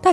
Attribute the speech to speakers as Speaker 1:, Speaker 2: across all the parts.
Speaker 1: 大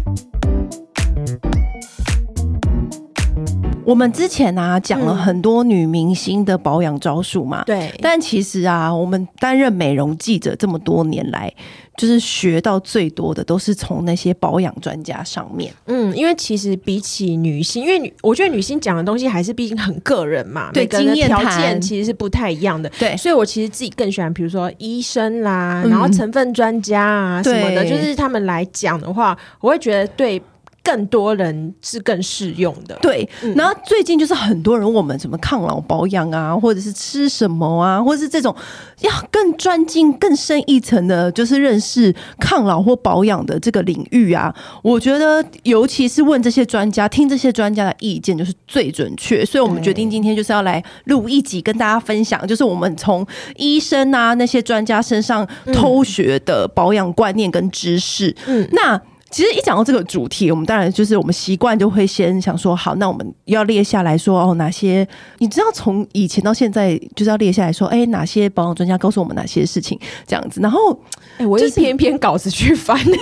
Speaker 1: 我们之前啊讲了很多女明星的保养招数嘛，
Speaker 2: 对
Speaker 1: 但其实啊，我们担任美容记者这么多年来，就是学到最多的都是从那些保养专家上面。
Speaker 2: 嗯，因为其实比起女性，因为女，我觉得女性讲的东西还是毕竟很个人嘛，
Speaker 1: 对
Speaker 2: 每个人的
Speaker 1: 经验
Speaker 2: 条
Speaker 1: 谈
Speaker 2: 件其实是不太一样的。
Speaker 1: 对
Speaker 2: 所以我其实自己更喜欢，比如说医生啦，
Speaker 1: 嗯
Speaker 2: 然后成分专家啊什么的，
Speaker 1: 对
Speaker 2: 就是他们来讲的话，我会觉得对更多人是更适用的。
Speaker 1: 对，然后最近就是很多人问我们什么抗老保养啊，或者是吃什么啊，或者是这种要更专精、更深一层的，就是认识抗老或保养的这个领域啊。我觉得，尤其是问这些专家，听这些专家的意见，就是最准确。所以我们决定今天就是要来录一集，跟大家分享，就是我们从医生啊那些专家身上偷学的保养观念跟知识。
Speaker 2: 嗯
Speaker 1: 那其实一讲到这个主题，我们当然就是我们习惯就会先想说，好，那我们要列下来说，哦，哪些你知道从以前到现在就是要列下来说，哎、哪些保养专家告诉我们哪些事情这样子，然后
Speaker 2: 哎，我一
Speaker 1: 就是
Speaker 2: 篇篇稿子去翻、因为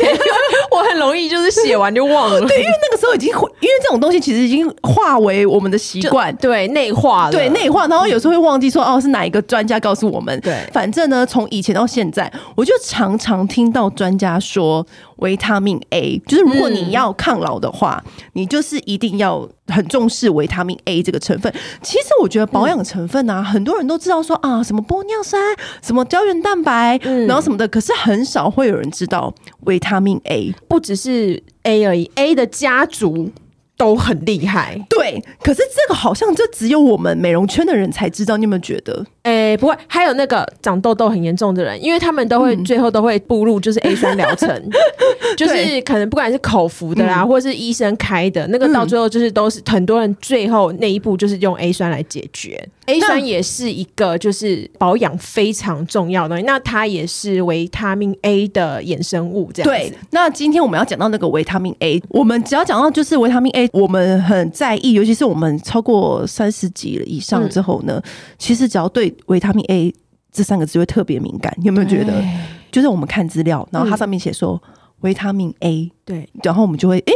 Speaker 2: 我很容易就是写完就忘了。
Speaker 1: 对，因为那个时候已经会因为这种东西其实已经化为我们的习
Speaker 2: 就呃
Speaker 1: 惯。
Speaker 2: 对内化了，
Speaker 1: 对内化，然后有时候会忘记说哦是哪一个专家告诉我们。
Speaker 2: 对
Speaker 1: 反正呢，从以前到现在，我就常常听到专家说维他命 A，就是如果
Speaker 2: 嗯
Speaker 1: 你要抗老的话，你就是一定要很重视维他命 A 这个成分。其实我觉得保
Speaker 2: 嗯
Speaker 1: 养成分啊，很多人都知道说啊什么玻尿酸、什么胶原蛋白，
Speaker 2: 嗯
Speaker 1: 然后什么的，可是很少会有人知道维他命 A。
Speaker 2: 不只是 A 而已，A 的家族都很厉害。
Speaker 1: 对，可是这个好像就只有我们美容圈的人才知道，你有没有觉得？
Speaker 2: 哎、不会，还有那个长痘痘很严重的人，因为他们都
Speaker 1: 嗯
Speaker 2: 会、最后都会步入就是 A 酸疗程， 就是可能不管是口服的
Speaker 1: 嗯
Speaker 2: 啦，或是医生开的，那个到最后就是都是、很多人最后那一步就是用 A 酸来解决。A 酸也是一个就是保养非常重要的东西，那它也是维他命 A 的衍生物，这样
Speaker 1: 对
Speaker 2: 子。，
Speaker 1: 那今天我们要讲到那个维他命 A，我们只要讲到就是维他命 A，我们很在意，尤其是我们超过三十级了以上之后呢，其实只要对维他命 A 这三个字会特别敏感，你有没有觉得？
Speaker 2: 哎
Speaker 1: 就是我们看资料，然后它上面写说维他命 A，
Speaker 2: 对
Speaker 1: 然后我们就会哎、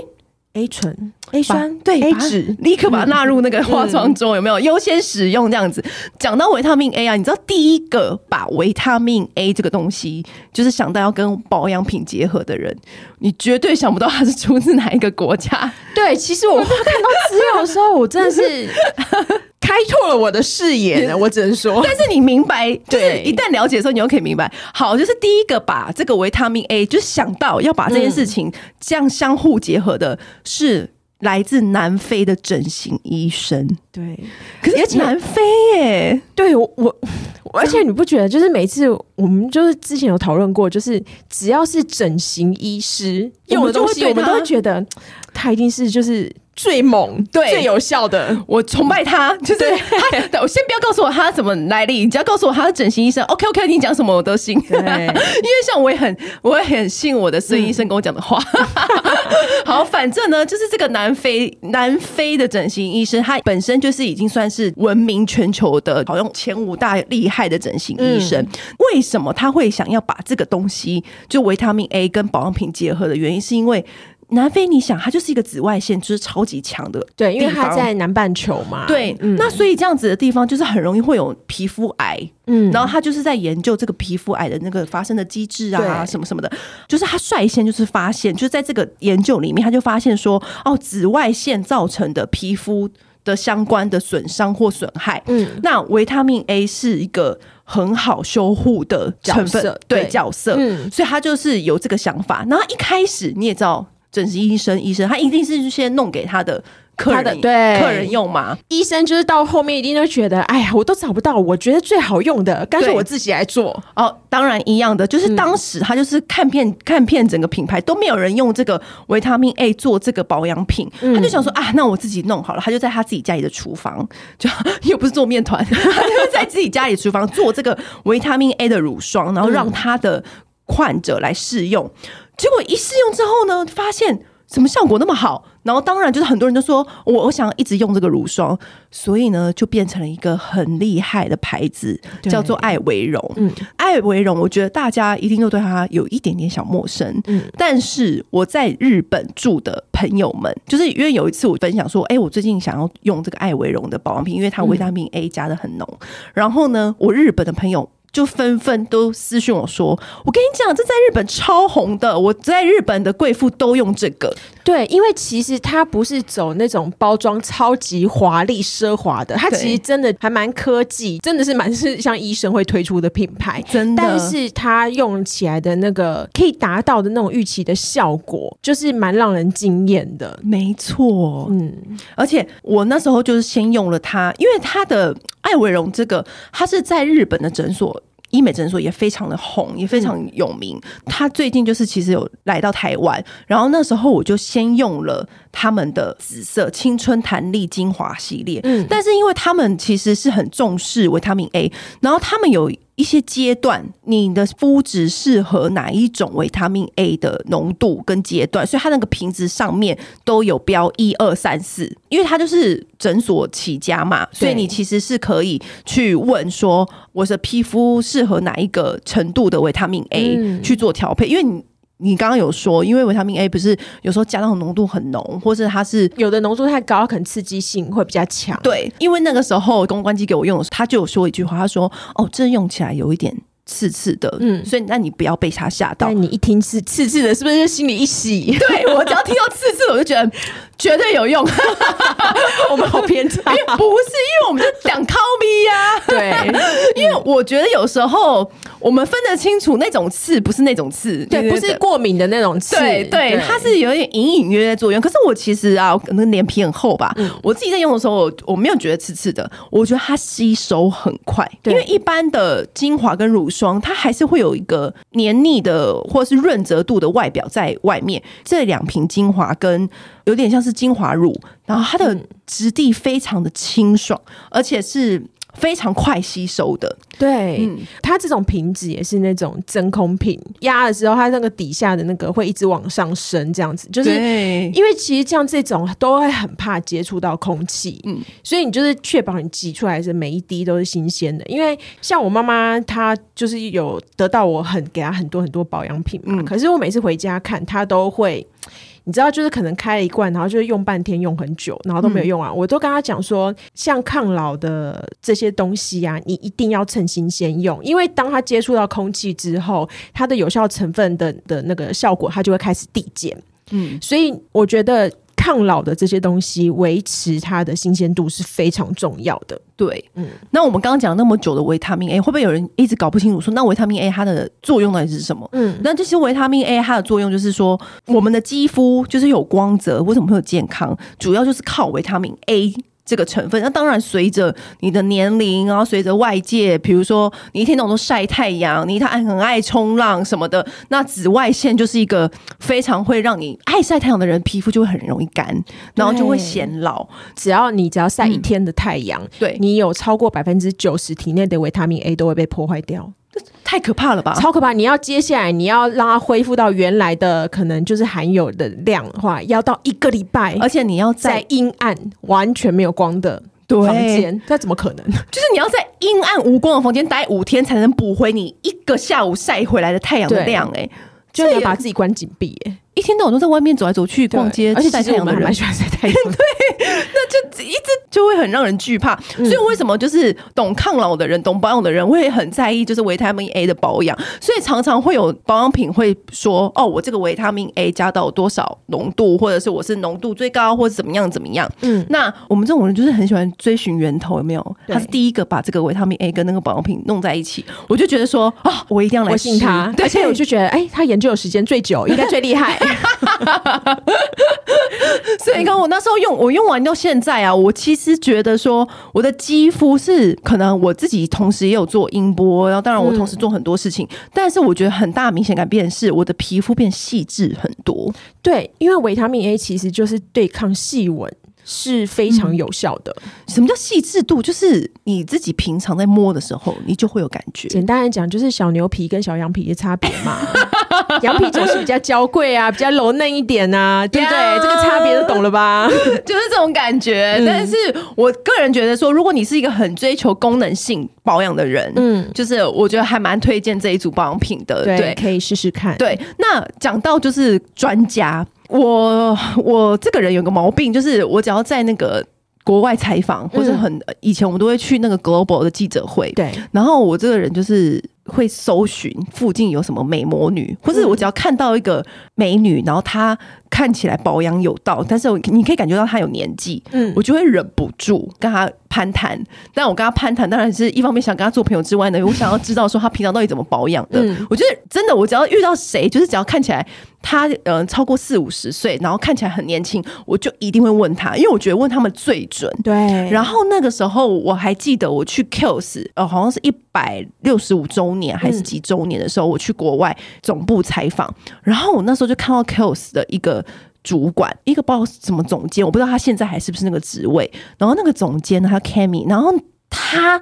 Speaker 1: 诶
Speaker 2: A 醇、A
Speaker 1: 把
Speaker 2: 酸、
Speaker 1: 对
Speaker 2: A
Speaker 1: 把它
Speaker 2: 酯，
Speaker 1: 立刻把它纳入那个化妆中，有没有优先使用这样子？讲到维他命 A 啊，你知道第一个把维他命 A 这个东西，就是想到要跟保养品结合的人，你绝对想不到它是出自哪一个国家。
Speaker 2: 对，其实我看到资料的时候，我真的是 开拓了我的视野呢。我只能说，
Speaker 1: 但是你明白，就是
Speaker 2: 对
Speaker 1: 一旦了解的时候，你就可以明白。好，就是第一个把这个维他命 A，就是想到要把这件事情这样相互结合的是。来自南非的整形医生，
Speaker 2: 对
Speaker 1: 可
Speaker 2: 而
Speaker 1: 是
Speaker 2: 且
Speaker 1: 南非耶，
Speaker 2: 对，我我。我而且你不觉得，就是每次我们就是之前有讨论过，就是只要是整形医师
Speaker 1: 我
Speaker 2: 用
Speaker 1: 们
Speaker 2: 的
Speaker 1: 就会
Speaker 2: 东西，
Speaker 1: 对
Speaker 2: 我们都
Speaker 1: 他
Speaker 2: 会觉得他一定是就是最猛、
Speaker 1: 对
Speaker 2: 最有效的。
Speaker 1: 我崇拜他，就是他。对我先不要告诉我他怎么来历，你只要告诉我他是整形医生。OK OK，你讲什么我都信。
Speaker 2: 对
Speaker 1: 因为像我也很，我也很信我的孙医生跟我讲的话。 好，反正呢，就是这个南非南非的整形医生，他本身就是已经算是闻名全球的，好像前五大厉害的整形医生。为什么他会想要把这个东西，就维他命 A 跟保养品结合的原因，是因为。南非，你想，它就是一个紫外线，就是超级强的
Speaker 2: 对，因为他
Speaker 1: 地方
Speaker 2: 在南半球嘛。
Speaker 1: 对，那所以这样子的地方就是很容易会有皮肤癌，嗯，然后他就是在研究这个皮肤癌的那个发生的机制啊，
Speaker 2: 对
Speaker 1: 什么什么的，就是他率先就是发现，就是在这个研究里面，他就发现说，哦，紫外线造成的皮肤的相关的损伤或损害，嗯，那维他命 A 是一个。很好修护的成分
Speaker 2: 角色，
Speaker 1: 对
Speaker 2: 对
Speaker 1: 角色，
Speaker 2: 嗯
Speaker 1: 所以他就是有这个想法。然后一开始你也知道，整形医生医生他一定是先弄给他的客
Speaker 2: 他
Speaker 1: 人
Speaker 2: 的对
Speaker 1: 客人用嘛，
Speaker 2: 医生就是到后面一定都觉得，哎呀，我都找不到，我觉得最好用的，干脆
Speaker 1: 对
Speaker 2: 我自己来做。
Speaker 1: 哦，当然一样的，就是当时他就是看遍、看遍整个品牌都没有人用这个维他命 A 做这个保养品，他就想说啊，那我自己弄好了，他就在他自己家里的厨房， 就又不是做面团，他 就在自己家里厨房做这个维他命 A 的乳霜，然后让他的患者来试用。结果一试用之后呢，发现怎么效果那么好？然后当然就是很多人就说我我想一直用这个乳霜，所以呢就变成了一个很厉害的牌子，
Speaker 2: 对
Speaker 1: 叫做艾维绒。
Speaker 2: 嗯
Speaker 1: 艾维绒，我觉得大家一定都对它有一点点小陌生。
Speaker 2: 嗯
Speaker 1: 但是我在日本住的朋友们，就是因为有一次我分享说，哎、我最近想要用这个艾维绒的保养品，因为它维他
Speaker 2: 嗯
Speaker 1: 命 A 加的很浓。然后呢，我日本的朋友。就纷纷都私讯我说：“我跟你讲，这在日本超红的，我在日本的贵妇都用这个。
Speaker 2: 对，因为其实它不是走那种包装超级华丽奢华的，它
Speaker 1: 对
Speaker 2: 其实真的还蛮科技，真的是蛮是像医生会推出的品牌。
Speaker 1: 真的
Speaker 2: 但是它用起来的那个可以达到的那种预期的效果，就是蛮让人惊艳的。
Speaker 1: 没错，
Speaker 2: 嗯，
Speaker 1: 而且我那时候就是先用了它，因为它的艾维绒这个，它是在日本的诊所。医美诊所也非常的红，也非常有名。它最近就是其实有来到台湾，然后那时候我就先用了他们的紫色青春弹力精华系列，
Speaker 2: 嗯
Speaker 1: 但是因为他们其实是很重视维他命 A，然后他们有一些阶段，你的肤质适合哪一种维他命 A 的浓度跟阶段，所以它那个瓶子上面都有标一二三四，因为它就是诊所起家嘛，所以
Speaker 2: 对
Speaker 1: 你其实是可以去问说我的皮肤适合哪一个程度的维他命 A、
Speaker 2: 嗯
Speaker 1: 去做调配，因为你。你刚刚有说，因为维他命 A 不是有时候加到浓度很浓，或是它是
Speaker 2: 有的浓度太高，可能刺激性会比较强。
Speaker 1: 对，因为那个时候公关机给我用的时候，他就有说一句话，他说：“哦，这用起来有一点刺刺的，嗯，
Speaker 2: 嗯
Speaker 1: 所以那你不要被它吓到。
Speaker 2: 但你一听是刺刺的，是不是就心里一 喜？
Speaker 1: 对我只要听到刺刺，我就觉得绝对有用，因 为
Speaker 2: 我们好偏差。
Speaker 1: 不是因为我们就讲 call me 呀、
Speaker 2: 对
Speaker 1: 因为我觉得有时候我们分得清楚那种刺不是那种刺，
Speaker 2: 对，不是过敏的那种刺。
Speaker 1: 对对，它是有点隐隐约约在作用。可是我其实啊，可能脸皮很厚吧，我自己在用的时候，我我没有觉得刺刺的，我觉得它吸收很快。因
Speaker 2: 对
Speaker 1: 为一般的精华跟乳霜，它还是会有一个黏腻的或是润泽度的外表在外面。这两瓶精华跟有点像是精华乳，然后它的质地非常的清爽，而且是非常快吸收的。
Speaker 2: 对，
Speaker 1: 嗯
Speaker 2: 它这种瓶子也是那种真空瓶，压的时候它那个底下的那个会一直往上升，这样子，就是
Speaker 1: 对
Speaker 2: 因为其实像这种都会很怕接触到空气，
Speaker 1: 嗯
Speaker 2: 嗯，所以你就是确保你挤出来的每一滴都是新鲜的。因为像我妈妈，她就是有得到我很给她很多很多保养品嘛，
Speaker 1: 嗯
Speaker 2: 可是我每次回家看，她都会。你知道，就是可能开了一罐，然后就是用半天，用很久，然后都没有用完。我都跟他讲说，像抗老的这些东西啊，你一定要趁新鲜用，因为当它接触到空气之后，它的有效成分的的那个效果，它就会开始递减。
Speaker 1: 嗯，
Speaker 2: 所以我觉得抗老的这些东西，维持它的新鲜度是非常重要的。
Speaker 1: 对，嗯
Speaker 2: 嗯，
Speaker 1: 那我们刚刚讲那么久的维他命 A，会不会有人一直搞不清楚说，那维他命 A 它的作用到底是什么？
Speaker 2: 嗯，
Speaker 1: 那这些维他命 A 它的作用就是说，我们的肌肤就是有光泽，为什么会有健康？主要就是靠维他命 A 这个成分。那当然，随着你的年龄，然后随着外界，比如说你一天到晚都晒太阳，你他很爱冲浪什么的，那紫外线就是一个非常会让你爱晒太阳的人，皮肤就会很容易干，然后就会
Speaker 2: 对
Speaker 1: 显老。
Speaker 2: 只要你只要晒一天的太阳，
Speaker 1: 对，
Speaker 2: 你有超过百分之九十体内的维他命 A 都会被破坏掉，
Speaker 1: 太可怕了吧？
Speaker 2: 超可怕！你要接下来你要让它恢复到原来的可能就是含有的量的话，要到一个礼拜。
Speaker 1: 而且你要在
Speaker 2: 在阴暗、完全没有光的
Speaker 1: 对
Speaker 2: 房间，那怎么可能？
Speaker 1: 就是你要在阴暗无光的房间待五天，才能补回你一个下午晒回来的太阳的
Speaker 2: 对
Speaker 1: 量、欸。哎，
Speaker 2: 就你要把自己关紧闭、耶
Speaker 1: 一天到晚都在外面走来走去、逛街
Speaker 2: 而且其
Speaker 1: 晒
Speaker 2: 实
Speaker 1: 太
Speaker 2: 我
Speaker 1: 阳
Speaker 2: 们
Speaker 1: 的人
Speaker 2: 还蛮，喜欢晒太阳 的。
Speaker 1: 就一直就会很让人惧怕。
Speaker 2: 嗯
Speaker 1: 所以为什么就是懂抗老的人、懂保养的人会很在意就是维他命 A 的保养？所以常常会有保养品会说：“哦，我这个维他命 A 加到多少浓度，或者是我是浓度最高，或者怎么样怎么样。”
Speaker 2: 嗯，
Speaker 1: 那我们这种人就是很喜欢追寻源头，有没有？
Speaker 2: 对
Speaker 1: 他是第一个把这个维他命 A 跟那个保养品弄在一起，我就觉得说啊，我一定要来
Speaker 2: 我
Speaker 1: 试
Speaker 2: 信他，
Speaker 1: 对
Speaker 2: 而且 我就觉得，哎、他研究的时间最 久，应该最厉害。
Speaker 1: 所以你看我那时候用，我用完到现在啊，我其实觉得说我的肌肤是可能我自己同时也有做音波，然后当然我
Speaker 2: 嗯
Speaker 1: 同时做很多事情，但是我觉得很大明显改变是我的皮肤变细致很多。
Speaker 2: 对，因为维他命 A 其实就是对抗细纹，是非常有效的。
Speaker 1: 什么叫细致度？就是你自己平常在摸的时候，你就会有感觉。
Speaker 2: 简单来讲，就是小牛皮跟小羊皮的差别 嘛。羊皮总是比较娇贵啊，比较柔嫩一点啊，对不对
Speaker 1: Yeah
Speaker 2: 这个差别就懂了吧？
Speaker 1: 就是这种感觉。
Speaker 2: 嗯
Speaker 1: 但是我个人觉得说，如果你是一个很追求功能性保养的人，
Speaker 2: 嗯，
Speaker 1: 就是我觉得还蛮推荐这一组保养品的。
Speaker 2: 对，
Speaker 1: 对
Speaker 2: 可以试试看。，
Speaker 1: 对，那讲到就是专家，我我这个人有个毛病，就是我只要在那个国外采访，或
Speaker 2: 嗯
Speaker 1: 者很以前我们都会去那个 global 的记者会，
Speaker 2: 对，
Speaker 1: 然后我这个人就是会搜寻附近有什么美魔女，或者我只要看到一个美女，然后她看起来保养有道，但是我你可以感觉到她有年纪，
Speaker 2: 嗯
Speaker 1: 我就会忍不住跟她攀谈。但我跟她攀谈，当然是一方面想跟她做朋友之外呢，我想要知道说她平常到底怎么保养的。
Speaker 2: 嗯
Speaker 1: 我觉得真的，我只要遇到谁，就是只要看起来她呃超过四五十岁，然后看起来很年轻，我就一定会问她，因为我觉得问他们最准。
Speaker 2: 对，
Speaker 1: 然后那个时候我还记得我去 Kills，呃，好像是一百六十五周年还是几周年的时候，我去国外总部采访，然后我那时候就看到 Kills 的一个。主管一个不知道什么总监，我不知道他现在还是不是那个职位。然后那个总监呢，他 Cammy，然后他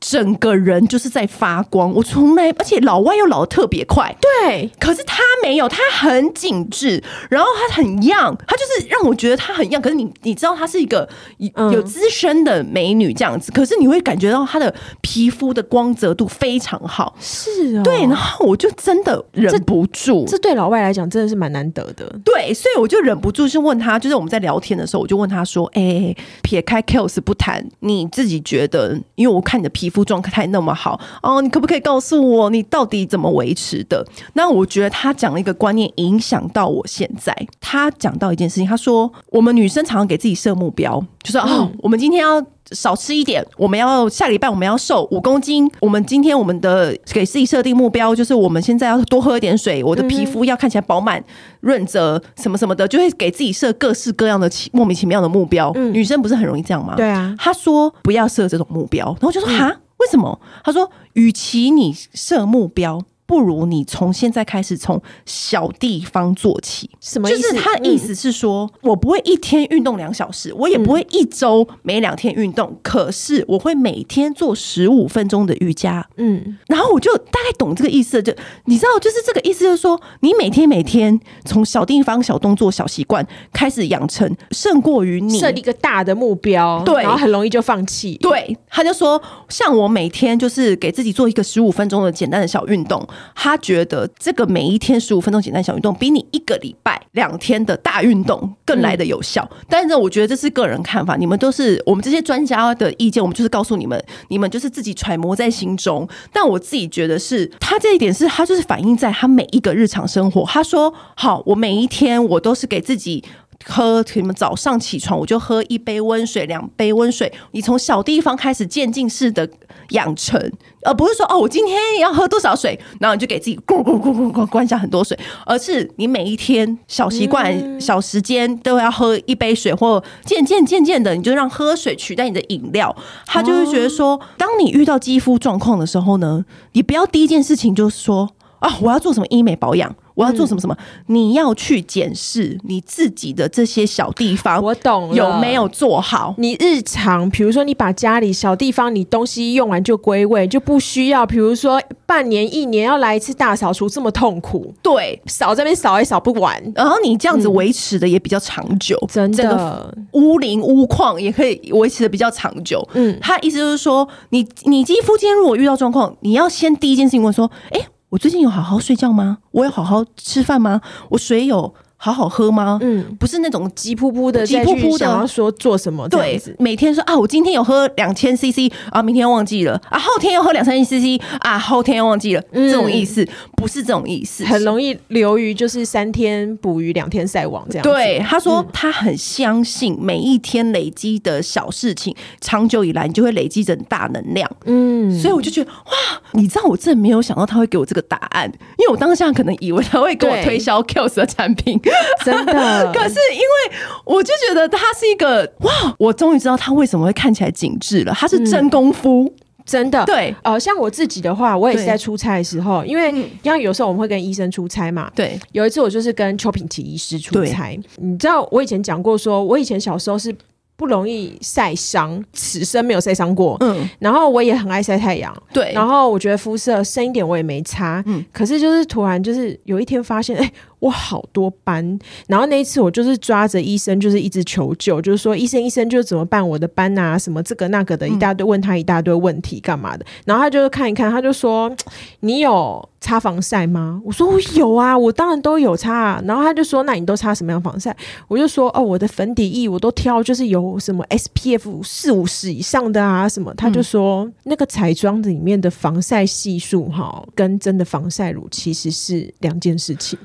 Speaker 1: 整个人就是在发光。我从来，而且老外又老得特别快，
Speaker 2: 对，
Speaker 1: 可是他没有，他很紧致，然后他很 young，他就是让我觉得他很 young。可是你你知道她是一个
Speaker 2: 嗯
Speaker 1: 有资深的美女这样子，可是你会感觉到她的皮肤的光泽度非常好。
Speaker 2: 是哦，
Speaker 1: 对，然后我就真的忍不住，
Speaker 2: 这对老外来讲真的是蛮难得的。
Speaker 1: 对，所以我就忍不住是问他，就是我们在聊天的时候，我就问他说：“哎、撇开 Kills 不谈，你自己觉得，因为我看你的皮肤状态那么好哦，你可不可以告诉我你到底怎么维持的？”那我觉得他讲了一个观念，影响到我现在。他讲到一件事情，他说：“我们女生常常给自己设目标，就是哦，我们今天要。”少吃一点，我们要下礼拜我们要瘦五公斤。我们今天我们的给自己设定目标就是，我们现在要多喝一点水，我的皮肤要看起来饱满、润泽什么什么的，就会给自己设各式各样的奇莫名其妙的目标。女生不是很容易这样吗？
Speaker 2: 对啊，
Speaker 1: 他说不要设这种目标，然后我就说哈、为什么？他说，与其你设目标，不如你从现在开始从小地方做起。
Speaker 2: 什么意
Speaker 1: 就
Speaker 2: 思？嗯
Speaker 1: 是他的意思是说，我不会一天运动两小时，我也不会一周每两天运动，可是我会每天做十五分钟的瑜伽。
Speaker 2: 嗯，嗯，
Speaker 1: 然后我就大概懂这个意思了，就你知道，就是这个意思，就是说你每天每天从小地方、小动作、小习惯开始养成，胜过于你
Speaker 2: 设立一个大的目标，
Speaker 1: 对
Speaker 2: 然后很容易就放弃。
Speaker 1: 对，他就说，像我每天就是给自己做一个十五分钟的简单的小运动，他觉得这个每一天十五分钟简单小运动，比你一个礼拜两天的大运动更来的有效。但是我觉得这是个人看法，你们都是我们这些专家的意见，我们就是告诉你们，你们就是自己揣摩在心中。但我自己觉得是他这一点是，他就是反映在他每一个日常生活。他说，好，我每一天我都是给自己喝什么早上起床我就喝一杯温水，两杯温水。你从小地方开始渐进式的养成，而不是说哦，我今天要喝多少水，然后你就给自己咕咕咕咕咕灌下很多水，而是你每一天小习惯、小时间都要喝一杯水，或渐渐渐渐的，你就让喝水取代你的饮料。他就会觉得说，当你遇到肌肤状况的时候呢，你不要第一件事情就是说啊，我要做什么医美保养，我要做什么什么，
Speaker 2: 嗯
Speaker 1: 你要去检视你自己的这些小地方
Speaker 2: 我懂了嗯
Speaker 1: 有没有做好。
Speaker 2: 你日常，比如说你把家里小地方，你东西用完就归位，就不需要，比如说半年、一年要来一次大扫除，这么痛苦，
Speaker 1: 对，
Speaker 2: 扫这边扫也扫不完，
Speaker 1: 然后你这样子维持的也比较长久，
Speaker 2: 真
Speaker 1: 整个
Speaker 2: 的。
Speaker 1: 屋龄屋况也可以维持的比较长久。嗯
Speaker 2: 嗯，
Speaker 1: 他意思就是说，你你肌肤今天如果遇到状况，你要先第一件事情问说，哎、我最近有好好睡觉吗？我有好好吃饭吗？我水有好好喝吗？
Speaker 2: 嗯
Speaker 1: 嗯，不是那种
Speaker 2: 急扑扑的，
Speaker 1: 急扑扑的
Speaker 2: 想要说做什么这样
Speaker 1: 对
Speaker 2: 子，，
Speaker 1: 每天说啊，我今天有喝两千 CC 啊，明天又忘记了啊，后天又喝两三千 CC 啊，后天又忘记了，
Speaker 2: 嗯
Speaker 1: 这种意思不是这种意思，
Speaker 2: 很容易流于就是三天捕鱼两天晒网这样子。
Speaker 1: 对，他说他很相信每一天累积的小事情，长久以来你就会累积成大能量。
Speaker 2: 嗯，
Speaker 1: 所以我就觉得哇，你知道我真的没有想到他会给我这个答案，因为我当下可能以为他会给我
Speaker 2: 对嗯
Speaker 1: 推销 Kills 的产品，
Speaker 2: 真 的
Speaker 1: 可是因为我就觉得他是一个哇，我终于知道他为什么会看起来紧致了，他是
Speaker 2: 嗯
Speaker 1: 真功夫。
Speaker 2: 真的
Speaker 1: 对
Speaker 2: 呃，像我自己的话，我也是
Speaker 1: 对
Speaker 2: 在出差的时候，因为像有时候我们会跟医生出差嘛，
Speaker 1: 对，
Speaker 2: 有一次我就是跟邱品琪医师出差，你知道我以前讲过说，我以前小时候是不容易晒伤，此生没有晒伤过。
Speaker 1: 嗯，
Speaker 2: 然后我也很爱晒太阳，
Speaker 1: 对，
Speaker 2: 然后我觉得肤色深一点我也没差，
Speaker 1: 嗯
Speaker 2: 可是就是突然就是有一天发现，哎、我好多斑。然后那一次我就是抓着医生，就是一直求救，就是说医生医生就是怎么办我的斑啊，什么这个那个的，一大
Speaker 1: 嗯
Speaker 2: 堆问他一大堆问题干嘛的。然后他就看一看，他就说你有擦防晒吗？我说我有啊，我当然都有擦、啊。然后他就说那你都擦什么样防晒？我就说哦，我的粉底液我都挑就是有什么 SPF 四五十以上的啊什么。
Speaker 1: 嗯
Speaker 2: 他就说、那个彩妆里面的防晒系数哈，跟真的防晒乳其实是两件事情。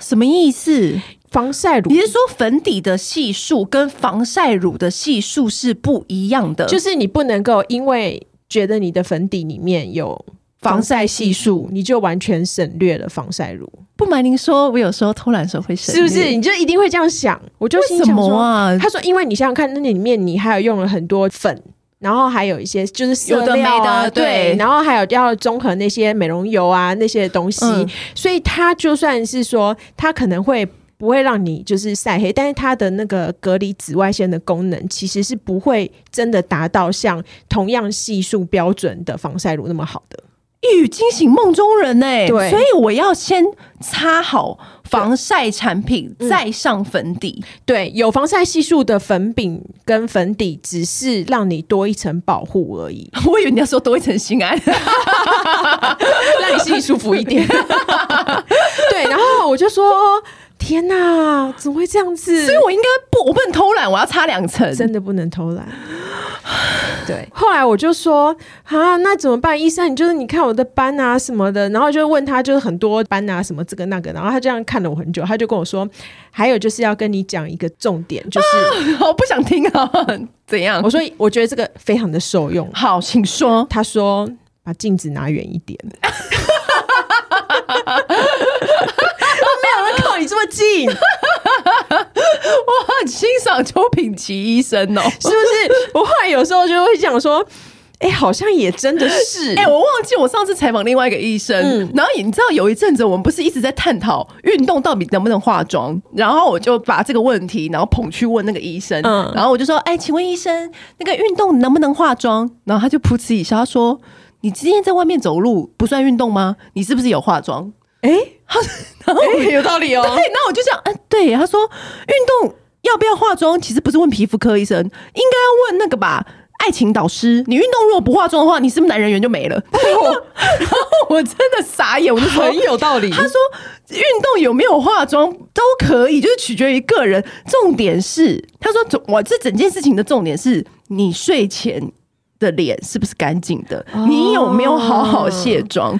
Speaker 1: 什么意思？
Speaker 2: 防晒乳
Speaker 1: 你是说粉底的系数跟防晒乳的系数是不一样的？
Speaker 2: 就是你不能够因为觉得你的粉底里面有
Speaker 1: 防
Speaker 2: 防
Speaker 1: 晒
Speaker 2: 晒
Speaker 1: 系
Speaker 2: 系
Speaker 1: 数
Speaker 2: 数，你就完全省略了防晒乳，
Speaker 1: 不瞒您说，我有时候偷懒的时候会省
Speaker 2: 是
Speaker 1: 略，
Speaker 2: 不是？你就一定会这样想。我就心
Speaker 1: 为什
Speaker 2: 想
Speaker 1: 么
Speaker 2: 说，
Speaker 1: 啊？
Speaker 2: 他说，因为你想想看，那里面你还有用了很多粉。然后还有一些就是色
Speaker 1: 有的
Speaker 2: 料
Speaker 1: 没
Speaker 2: 啊
Speaker 1: 的对
Speaker 2: 对，然后还有要综合那些美容油啊那些东西，
Speaker 1: 嗯
Speaker 2: 所以它就算是说它可能会不会让你就是晒黑，但是它的那个隔离紫外线的功能其实是不会真的达到像同样系数标准的防晒乳那么好的。
Speaker 1: 一语惊醒梦中人呢、
Speaker 2: 对
Speaker 1: 所以我要先擦好防晒产品，再上粉底。
Speaker 2: 对，有防晒系数的粉饼跟粉底只是让你多一层保护而已，
Speaker 1: 我以为你要说多一层心安，
Speaker 2: 让你心里舒服一点。 对，然后我就说：“天哪，怎么会这样子？”
Speaker 1: 所以我应该不，我不能偷懒，我要擦两层。
Speaker 2: 真的不能偷懒。对，后来我就说啊，那怎么办？医生，你就是你看我的斑啊什么的，然后就问他就是很多斑啊什么这个那个，然后他这样看了我很久，他就跟我说，还有就是要跟你讲一个重点， 就是、
Speaker 1: 我不想听啊， 怎样
Speaker 2: 我？说我觉得这个非常的受用。
Speaker 1: 好，请说。
Speaker 2: 他说把镜子拿远一点，没有人靠你这么近。
Speaker 1: 我很欣赏邱品琪医生哦、
Speaker 2: 是不是？我后来有时候就会想说，哎、好像也真的是，
Speaker 1: 哎、我忘记我上次采访另外一个医生，
Speaker 2: 嗯
Speaker 1: 然后你知道有一阵子我们不是一直在探讨运动到底能不能化妆，然后我就把这个问题然后捧去问那个医生，
Speaker 2: 嗯
Speaker 1: 然后我就说，哎、请问医生，那个运动能不能化妆？然后他就噗嗤一笑，他说，你今天在外面走路不算运动吗？你是不是有化妆？
Speaker 2: 哎、
Speaker 1: 然后我、
Speaker 2: 有道理哦
Speaker 1: 对，那我就这样，嗯、对，他说运动要不要化妆，其实不是问皮肤科医生，应该要问那个吧。爱情导师，你运动如果不化妆的话，你是不是男人缘就没了？ 然后我真的傻眼，我就说
Speaker 2: 哦很有道理。
Speaker 1: 他说运动有没有化妆都可以，就是取决于个人。重点是，他说总我这整件事情的重点是你睡前的脸是不是干净的，
Speaker 2: 哦
Speaker 1: 你有没有好好卸妆。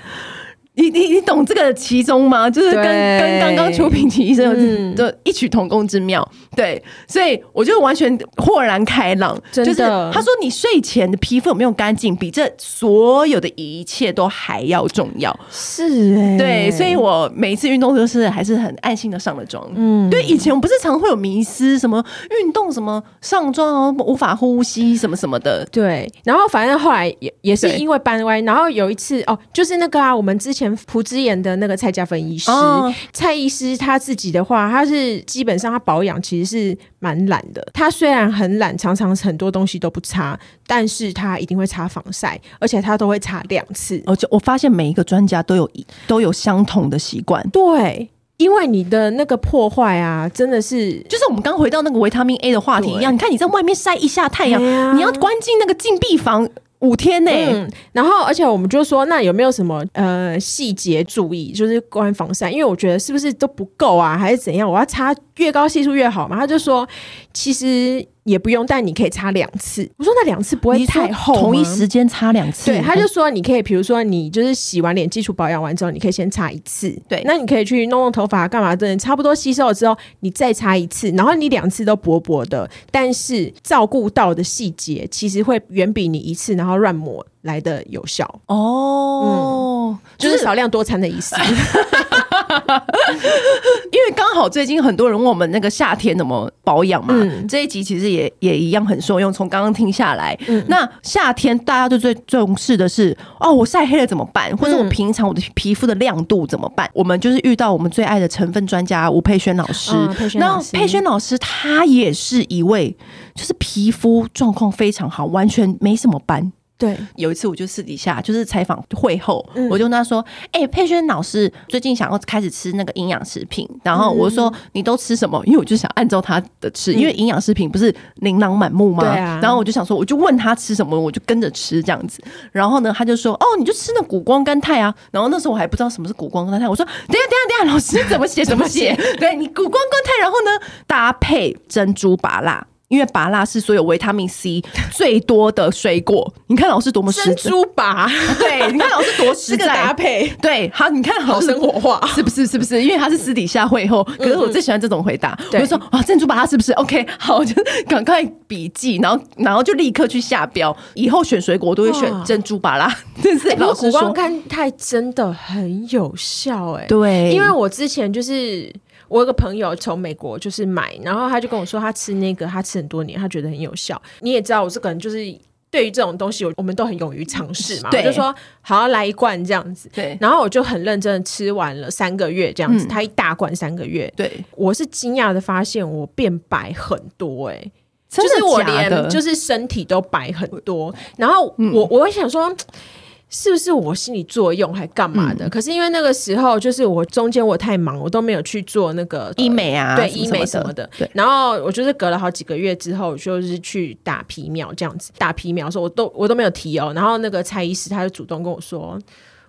Speaker 1: 你你你懂这个其中吗？就是跟
Speaker 2: 对
Speaker 1: 跟刚刚邱品琪医生有
Speaker 2: 嗯
Speaker 1: 的异曲同工之妙，对，所以我就完全豁然开朗。
Speaker 2: 真的
Speaker 1: 就是他说你睡前的皮肤有没有干净，比这所有的一切都还要重要。
Speaker 2: 是哎、
Speaker 1: 对，所以我每一次运动都是还是很安心的上了妆。
Speaker 2: 嗯
Speaker 1: 对，以前我不是常会有迷失，什么运动什么上妆哦无法呼吸什么什么的。
Speaker 2: 对，然后反正后来也也是
Speaker 1: 对
Speaker 2: 因为班歪，然后有一次哦，就是那个啊，我们之前朴之妍的那个蔡家芬医师，
Speaker 1: 哦
Speaker 2: 蔡医师他自己的话，他是基本上他保养其实是蛮懒的。他虽然很懒，常常很多东西都不擦，但是他一定会擦防晒，而且他都会擦两次。
Speaker 1: 而且我发现每一个专家都有一都有相同的习惯，
Speaker 2: 对，因为你的那个破坏啊，真的是
Speaker 1: 就是我们刚回到那个维他命 A 的话题一样。你看你在外面晒一下太阳，
Speaker 2: 对啊
Speaker 1: 你要关进那个禁闭房五天呢、
Speaker 2: 嗯，然后而且我们就说，那有没有什么呃细节注意，就是关于防晒？因为我觉得是不是都不够啊，还是怎样？我要擦越高系数越好嘛。他就说，其实也不用，但你可以擦两次。我说那两次不
Speaker 1: 不
Speaker 2: 会太厚吗
Speaker 1: 同一时间擦两次，
Speaker 2: 对，他就说你可以，比如说你就是洗完脸，基础保养完之后，你可以先擦一次。
Speaker 1: 对
Speaker 2: 那你可以去弄弄头发啊干嘛的，差不多吸收了之后，你再擦一次，然后你两次都薄薄的，但是照顾到的细节其实会远比你一次然后乱抹来的有效，
Speaker 1: 哦，
Speaker 2: 就是少量多餐的 意思。
Speaker 1: 因为刚好最近很多人问我们那个夏天怎么保养嘛，
Speaker 2: 嗯
Speaker 1: 这一集其实也也一样很受用。从刚刚听下来，
Speaker 2: 嗯
Speaker 1: 那夏天大家就最重视的是哦，我晒黑了怎么办？或者
Speaker 2: 嗯
Speaker 1: 我平常我的皮肤的亮度怎么办？我们就是遇到我们最爱的成分专家吴佩轩老师，
Speaker 2: 嗯佩轩
Speaker 1: 那
Speaker 2: 老师
Speaker 1: 佩轩老师他也是一位，就是皮肤状况非常好，完全没什么斑。
Speaker 2: 对，
Speaker 1: 有一次我就私底下就是采访会后，
Speaker 2: 嗯
Speaker 1: 我就跟他说：“哎、佩轩老师最近想要开始吃那个营养食品，然后我就说、
Speaker 2: 嗯
Speaker 1: 你都吃什么？因为我就想按照他的吃，因为营养食品不是琳琅满目吗？
Speaker 2: 对啊
Speaker 1: 然后我就想说，我就问他吃什么，我就跟着吃这样子。然后呢，他就说：哦，你就吃那谷胱甘肽啊。然后那时候我还不知道什么是谷胱甘肽，我说：等一下等一下等一下，老师怎么写怎么写？对你谷胱甘肽，然后呢搭配珍珠拔蜡。”因为拔蜡是所有维他命 C 最多的水果，你看老师多么实
Speaker 2: 珍
Speaker 1: 在
Speaker 2: 珠拔
Speaker 1: 对，你看老师多实
Speaker 2: 这个搭
Speaker 1: 在。
Speaker 2: 配
Speaker 1: 对，好，你看
Speaker 2: 好
Speaker 1: 好
Speaker 2: 生活化。
Speaker 1: 是不是？是不是？因为他是私底下会后，可是我最喜欢这种回答，我
Speaker 2: 嗯对
Speaker 1: 就说啊，珍珠把它是不是？OK，好， 我就赶快笔记，然后然后就立刻去下标。以后选水果我都会选
Speaker 2: 哇
Speaker 1: 珍珠巴拉，真是
Speaker 2: 哎不
Speaker 1: 老
Speaker 2: 过
Speaker 1: 师
Speaker 2: 谷胱
Speaker 1: 说，
Speaker 2: 甘肽真的很有效哎、
Speaker 1: 对，
Speaker 2: 因为我之前就是我有个朋友从美国就是买，然后他就跟我说他吃那个，他吃很多年，他觉得很有效。你也知道我这个人就是。对于这种东西，我我们都很勇于尝试嘛。
Speaker 1: 对
Speaker 2: 我就说好，来一罐这样子。
Speaker 1: 对
Speaker 2: 然后我就很认真的吃完了三个月这样子，
Speaker 1: 嗯
Speaker 2: 他一大罐三个月，
Speaker 1: 对，
Speaker 2: 我是惊讶的发现我变白很多哎、
Speaker 1: 真
Speaker 2: 就是我
Speaker 1: 的假的？嗯
Speaker 2: 连就是身体都白很多，然后我、我会想说。是不是我心理作用还干嘛
Speaker 1: 嗯
Speaker 2: 的？可是因为那个时候，就是我中间我太忙，我都没有去做那个
Speaker 1: 医、美啊，
Speaker 2: 对
Speaker 1: 什
Speaker 2: 医美什么
Speaker 1: 么
Speaker 2: 的。
Speaker 1: 对
Speaker 2: 然后我就是隔了好几个月之后，我就是去打皮秒这样子，打皮秒的时候我都我都没有提哦。然后那个蔡医师他就主动跟我说：“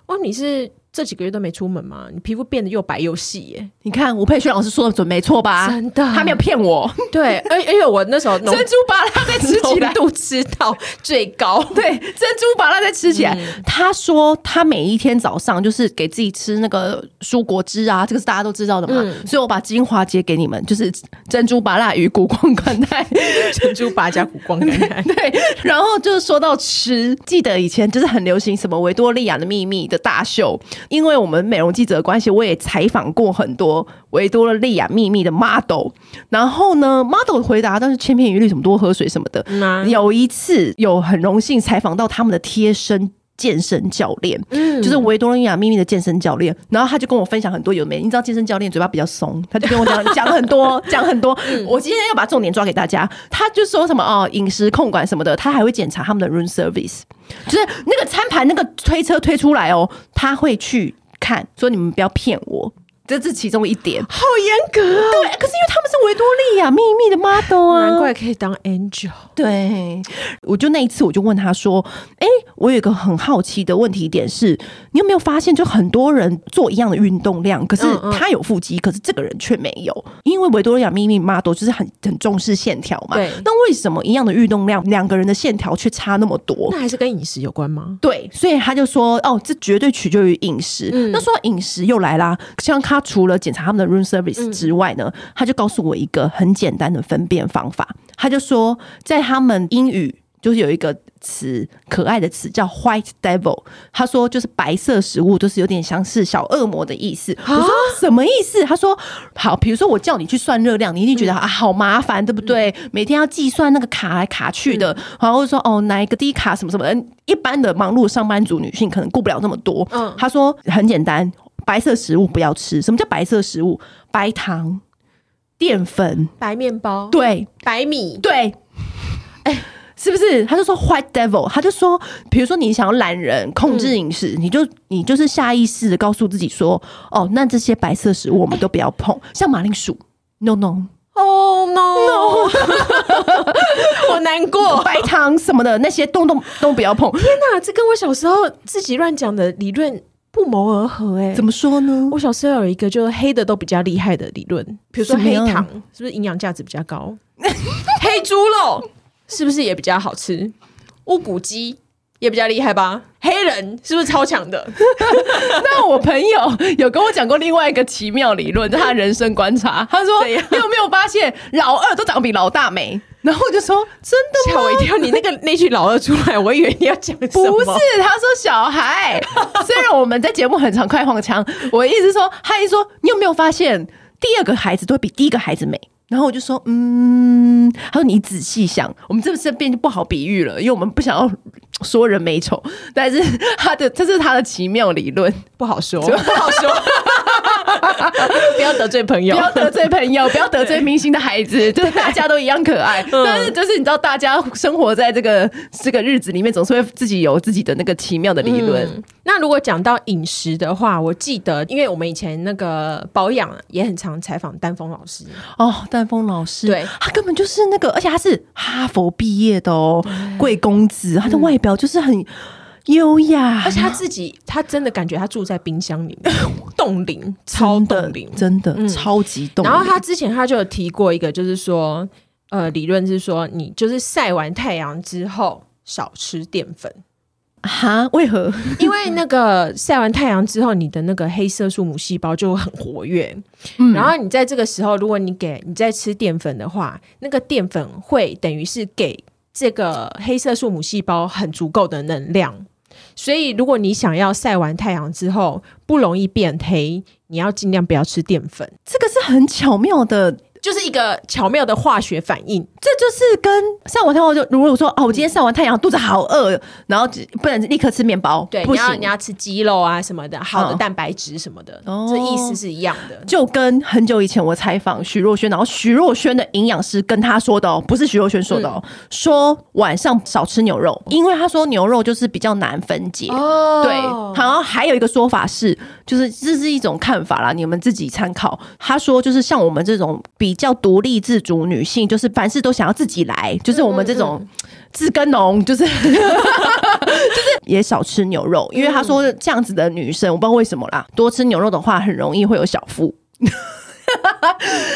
Speaker 2: 哦，你是这几个月都没出门吗？你皮肤变得又白又细耶、
Speaker 1: 你看吴佩轩老师说的准没错吧？
Speaker 2: 真的
Speaker 1: 啊他没有骗 我，
Speaker 2: 对，而而且我 那时候浓
Speaker 1: 珍珠巴拉被吃起
Speaker 2: 浓
Speaker 1: 来。
Speaker 2: 度吃到最 高。”
Speaker 1: 对，珍珠把它再吃起来。他说他每一天早上就是给自己吃那个蔬果汁啊，这个是大家都知道的嘛。所以我把精华节给你们，就是珍珠芭辣与谷胱甘肽。
Speaker 2: 珍珠八加谷光感染
Speaker 1: 对，然后就是说到吃，记得以前就是很流行什么维多利亚的秘密的大秀，因为我们美容记者的关系，我也采访过很多维多利亚秘密的 model。然后呢，model 回答但是千篇一律，什么多喝水什么的。
Speaker 2: 吗？
Speaker 1: 有一次有很荣幸采访到他们的贴身。健身教练，
Speaker 2: 嗯
Speaker 1: 就是维多利亚秘密的健身教练，然后他就跟我分享很多有的没的，你知道健身教练嘴巴比较松，他就跟我讲讲很多，讲很 多。
Speaker 2: 嗯
Speaker 1: 我今天要把重点抓给大家，他就说什么哦，饮食控管什么的，他还会检查他们的 room service，就是那个餐盘那个推车推出来哦，他会去看，说你们不要骗我，这是其中一点。
Speaker 2: 好严格哦啊！
Speaker 1: 对，可是因为他们是维多利亚秘密的 model 啊，
Speaker 2: 难怪可以当 angel。
Speaker 1: 对，我就那一次我就问他说：“哎、我有一个很好奇的问题点是，你有没有发现，就很多人做一样的运动量，可是
Speaker 2: 嗯嗯
Speaker 1: 他有腹肌，可是这个人却没有？因为维多利亚秘密 model 就是很很重视线条嘛
Speaker 2: 对。
Speaker 1: 那为什么一样的运动量，两个人的线条却差那么多？”
Speaker 2: 那还是跟饮食有关吗？
Speaker 1: 对，所以他就说，哦，这绝对取决于饮食。那说到饮食又来啦，像他除了检查他们的 room service 之外呢，他就告诉我一个很简单的分辨方法。他就说，在他们英语就是有一个词，可爱的词叫 white devil。他说，就是白色食物，就是有点像是小恶魔的意思。我说什么意思？他说，好，比如说我叫你去算热量，你一定觉得、啊好麻烦，对不对？每天要计算那个卡来卡去的，然后说哦哪一个低卡什么什么，嗯一般的忙碌上班族女性可能顾不了那么多。
Speaker 2: 嗯
Speaker 1: 他说很简单，白色食物不要吃。什么叫白色食物？白糖、淀粉，
Speaker 2: 白面包，，
Speaker 1: 对，
Speaker 2: 白米，
Speaker 1: 对，哎、哎是不是？他就说 White Devil，他就说，比如说你想要懒人控制饮食，你就你就是下意识的告诉自己说，哦，那这些白色食物我们都不要碰，像马铃薯，no no，
Speaker 2: 哦 no，我难过。
Speaker 1: 白糖什么的那些动动都不要碰。
Speaker 2: 天哪，这跟我小时候自己乱讲的理论不谋而合哎。
Speaker 1: 怎么说呢？
Speaker 2: 我小时候有一个就是黑的都比较厉害的理论，比如说
Speaker 1: 什么
Speaker 2: 黑
Speaker 1: 样
Speaker 2: 糖是不是营养价值比较高？ 黑猪肉是不是也比较好吃？乌骨鸡也比较厉害吧？黑人是不是超强 的？
Speaker 1: 那我朋友有跟我讲过另外一个奇 妙理论，就是他的人生观察。他说：“
Speaker 2: 怎样
Speaker 1: 你有没有发现老二都长得比老大美？然后我就说真的
Speaker 2: 吓
Speaker 1: 吗？
Speaker 2: 我一跳！你那个那句老二出来，我以为你要讲什么
Speaker 1: 不是，他说小孩。虽然我们在节目很常快晃 腔，我一直说，他一说你有没有发现第二个孩子都会比第一个孩子美？然后我就说，嗯，他说你仔细想，我们这这边就不好比喻了，因为我们不想要说人美丑，但是他的这是他的奇妙理论，
Speaker 2: 不好说，不好说，不要得罪朋友
Speaker 1: 不。要得罪朋友，不要得罪明星的孩 子，就是大家都一样可 爱。但是就是你知道，大家生活在这个这个日子里面，总是会自己有自己的那个奇妙的理论。
Speaker 2: 那如果讲到饮食的话，我记得，因为我们以前那个保养也很常采访丹峰老师，
Speaker 1: 哦，丹峰老师，
Speaker 2: 对
Speaker 1: 他根本就是那个，而且他是哈佛毕业的哦，贵公子，他的外表就是很优雅，
Speaker 2: 而且他自己，他真的感觉他住在冰箱里面，冻龄，超
Speaker 1: 真
Speaker 2: 冻
Speaker 1: 的
Speaker 2: 龄。
Speaker 1: 真的超级动灵。
Speaker 2: 然后他之前他就有提过一个，就是说，呃，理论是说，你就是晒完太阳之后少吃淀粉，
Speaker 1: 哈，为何？
Speaker 2: 因为那个晒完太阳之后，你的那个黑色素母细胞就很活跃。然后你在这个时候，如果你给你在吃淀粉的话，那个淀粉会等于是给这个黑色素母细胞很足够的能量。所以，如果你想要晒完太阳之后不容易变黑，你要尽量不要吃淀粉，
Speaker 1: 这个是很巧妙的，
Speaker 2: 就是一个巧妙的化学反应。
Speaker 1: 这就是跟晒完太阳就，如果说哦，我今天晒完太阳肚子好饿，然后只不能立刻吃面包，
Speaker 2: 对，
Speaker 1: 不
Speaker 2: 你要
Speaker 1: 行
Speaker 2: 你，要吃鸡肉啊什么的，好的
Speaker 1: 嗯
Speaker 2: 蛋白质什么的，
Speaker 1: 哦
Speaker 2: 这意思是一样的。
Speaker 1: 就跟很久以前我采访徐若瑄，然后徐若瑄的营养师跟她说的哦，不是徐若瑄说的哦，说晚上少吃牛肉，因为她说牛肉就是比较难分解。
Speaker 2: 哦
Speaker 1: 对，然后还有一个说法是，就是这是一种看法啦，你们自己参考。她说，就是像我们这种比较独立自主女性，就是凡事都想要自己来，就是我们这种自耕农，就是 也少吃牛肉，因为她说这样子的女生，我不知道为什么啦，多吃牛肉的话，很容易会有小腹。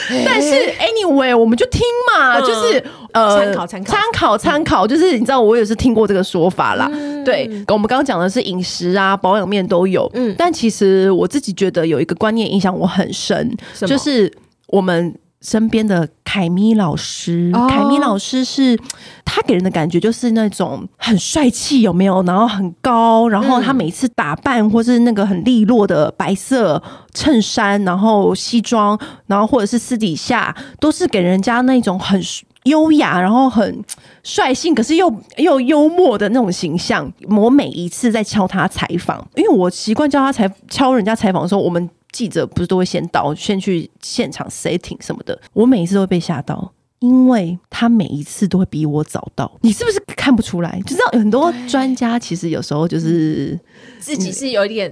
Speaker 2: 哎
Speaker 1: 但是 anyway，我们就听嘛，
Speaker 2: 嗯
Speaker 1: 就是呃，
Speaker 2: 参考参考
Speaker 1: 参考参考，就是你知道我也是听过这个说法啦。对，我们刚刚讲的是饮食啊、保养面都有，
Speaker 2: 嗯
Speaker 1: 嗯，但其实我自己觉得有一个观念影响我很深，
Speaker 2: 什么
Speaker 1: 就是我们。身边的凯咪老师，
Speaker 2: 哦
Speaker 1: 凯咪老师是他给人的感觉就是那种很帅气，有没有？然后很高，然后他每次打扮或是那个很利落的白色衬衫，然后西装，然后或者是私底下都是给人家那种很优雅，然后很率性，可是又又幽默的那种形象。我每一次在敲他采访，因为我习惯叫他采敲人家采访的时候，我们记者不是都会先到，先去现场 setting 什么的。我每一次都会被吓到。因为他每一次都会比我早到，你是不是看不出来？就知道很多专家其实有时候就是
Speaker 2: 自己是有一点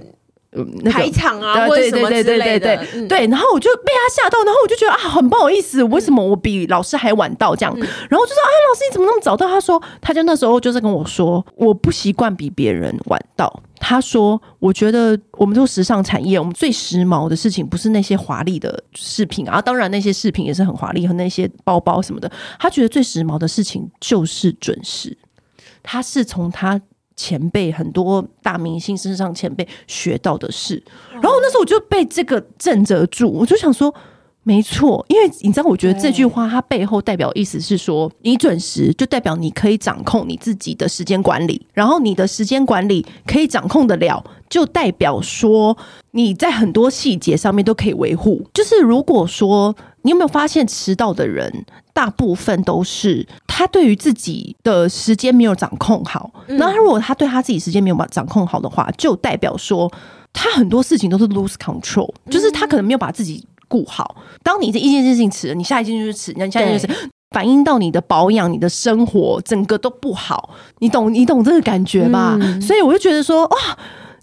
Speaker 1: 嗯那个
Speaker 2: 排场啊，
Speaker 1: 对
Speaker 2: 或者什么
Speaker 1: 对
Speaker 2: 之
Speaker 1: 对
Speaker 2: 类
Speaker 1: 对对
Speaker 2: 的
Speaker 1: 对。
Speaker 2: 嗯
Speaker 1: 对，然后我就被他吓到，然后我就觉得啊，很不好意思，为什么我比老师还晚到
Speaker 2: 嗯
Speaker 1: 这样？然后我就说，哎，老师你怎么那么早到？他说，他就那时候就是跟我说，我不习惯比别人晚到。他说：“我觉得我们做时尚产业，我们最时髦的事情不是那些华丽的饰品啊，当然那些饰品也是很华丽，和那些包包什么的。他觉得最时髦的事情就是准时。他是从他前辈很多大明星身上前辈学到的事。然后那时候我就被这个震慑住，我就想说。没错，因为你知道，我觉得这句话它背后代表意思是说，你准时就代表你可以掌控你自己的时间管理，然后你的时间管理可以掌控得了，就代表说你在很多细节上面都可以维护。就是如果说你有没有发现迟到的人，大部分都是他对于自己的时间没有掌控好，那、他如果他对他自己时间没有把掌控好的话，就代表说他很多事情都是 lose control，就是他可能没有把自己顾好。当你这一件事情迟了，你下一件就是迟，你下一件就是迟反映到你的保养、你的生活，整个都不好。你懂，你懂这个感觉吧？所以我就觉得说，哇。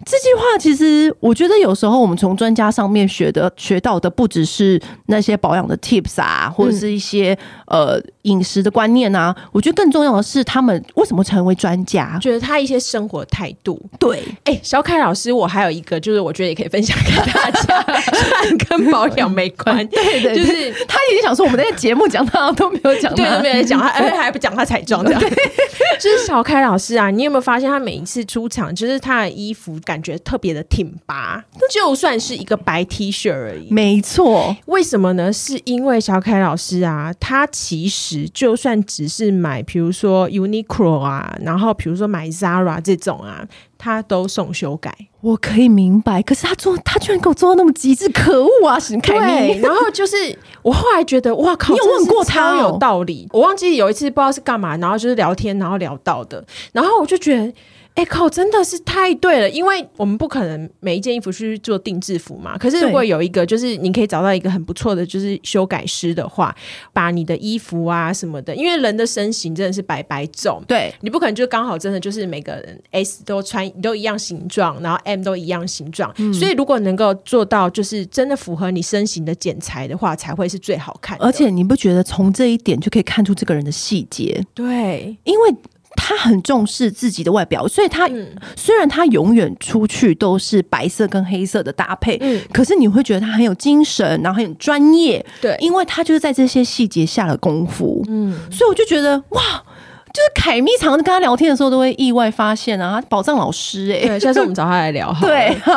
Speaker 1: 这句话其实，我觉得有时候我们从专家上面学的、学到的，不只是那些保养的 tips 啊，或者是一些、呃饮食的观念啊。我觉得更重要的是，他们为什么成为专家？
Speaker 2: 觉得他一些生活态度，
Speaker 1: 对，
Speaker 2: 哎、小凯老师，我还有一个，就是我觉得也可以分享给大家， 虽然跟保养没 关，
Speaker 1: 对对对
Speaker 2: 就是
Speaker 1: 他已经想说，我们在节目讲到都没有讲
Speaker 2: 对，
Speaker 1: 到，
Speaker 2: 都没有人讲他，而且还不讲他 彩妆这样。就是小开老师啊，你有没有发现他每一次出场，就是他的衣服感觉特别的挺拔，就算是一个白 T 恤而已。
Speaker 1: 没错，
Speaker 2: 为什么呢？是因为小凯老师啊，他其实就算只是买，比如说 Uniqlo 啊，然后比如说买 Zara 这种啊，他都送修改。
Speaker 1: 我可以明白，可是他做，他居然给我做到那么极致，可恶啊！沈凯
Speaker 2: 对，
Speaker 1: 妮，
Speaker 2: 然后就是 我后来觉得，哇靠，
Speaker 1: 你有
Speaker 2: 真的
Speaker 1: 问
Speaker 2: 是
Speaker 1: 过他
Speaker 2: 超
Speaker 1: 哦
Speaker 2: 有道理。我忘记有一次不知道是干嘛，然后就是聊天，然后聊到的，然后我就觉得。哎、靠！真的是太对了，因为我们不可能每一件衣服去做定制服嘛。可是如
Speaker 1: 对
Speaker 2: 果有一个，就是你可以找到一个很不错的，就是修改师的话，把你的衣服啊什么的，因为人的身形真的是百百种，
Speaker 1: 对，
Speaker 2: 你不可能就刚好真的就是每个人 S 都穿都一样形状，然后 M 都一样形状，
Speaker 1: 嗯
Speaker 2: 所以如果能够做到就是真的符合你身形的剪裁的话，才会是最好看的。
Speaker 1: 而且你不觉得从这一点就可以看出这个人的细节？
Speaker 2: 对，
Speaker 1: 因为他很重视自己的外表，所以他、
Speaker 2: 嗯
Speaker 1: 虽然他永远出去都是白色跟黑色的搭配，
Speaker 2: 嗯
Speaker 1: 可是你会觉得他很有精神，然后很专业，
Speaker 2: 对，
Speaker 1: 因为他就是在这些细节下了功夫。
Speaker 2: 嗯，
Speaker 1: 所以我就觉得哇，就是凯咪常常跟他聊天的时候都会意外发现啊，他宝藏老师哎、
Speaker 2: 对，下次我们找他来聊 好了。
Speaker 1: 对，好。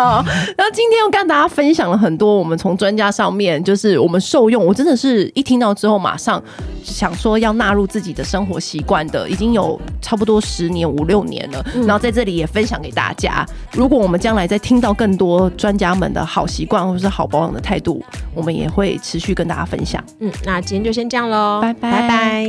Speaker 1: 然后今天又跟大家分享了很多我们从专家上面，就是我们受用，我真的是一听到之后马上想说要纳入自己的生活习惯的，已经有差不多十年五六年了。然后在这里也分享给大家，如果我们将来再听到更多专家们的好习惯或是好保养的态度，我们也会持续跟大家分享。
Speaker 2: 嗯，那今天就先这样喽，
Speaker 1: 拜拜
Speaker 2: 拜拜。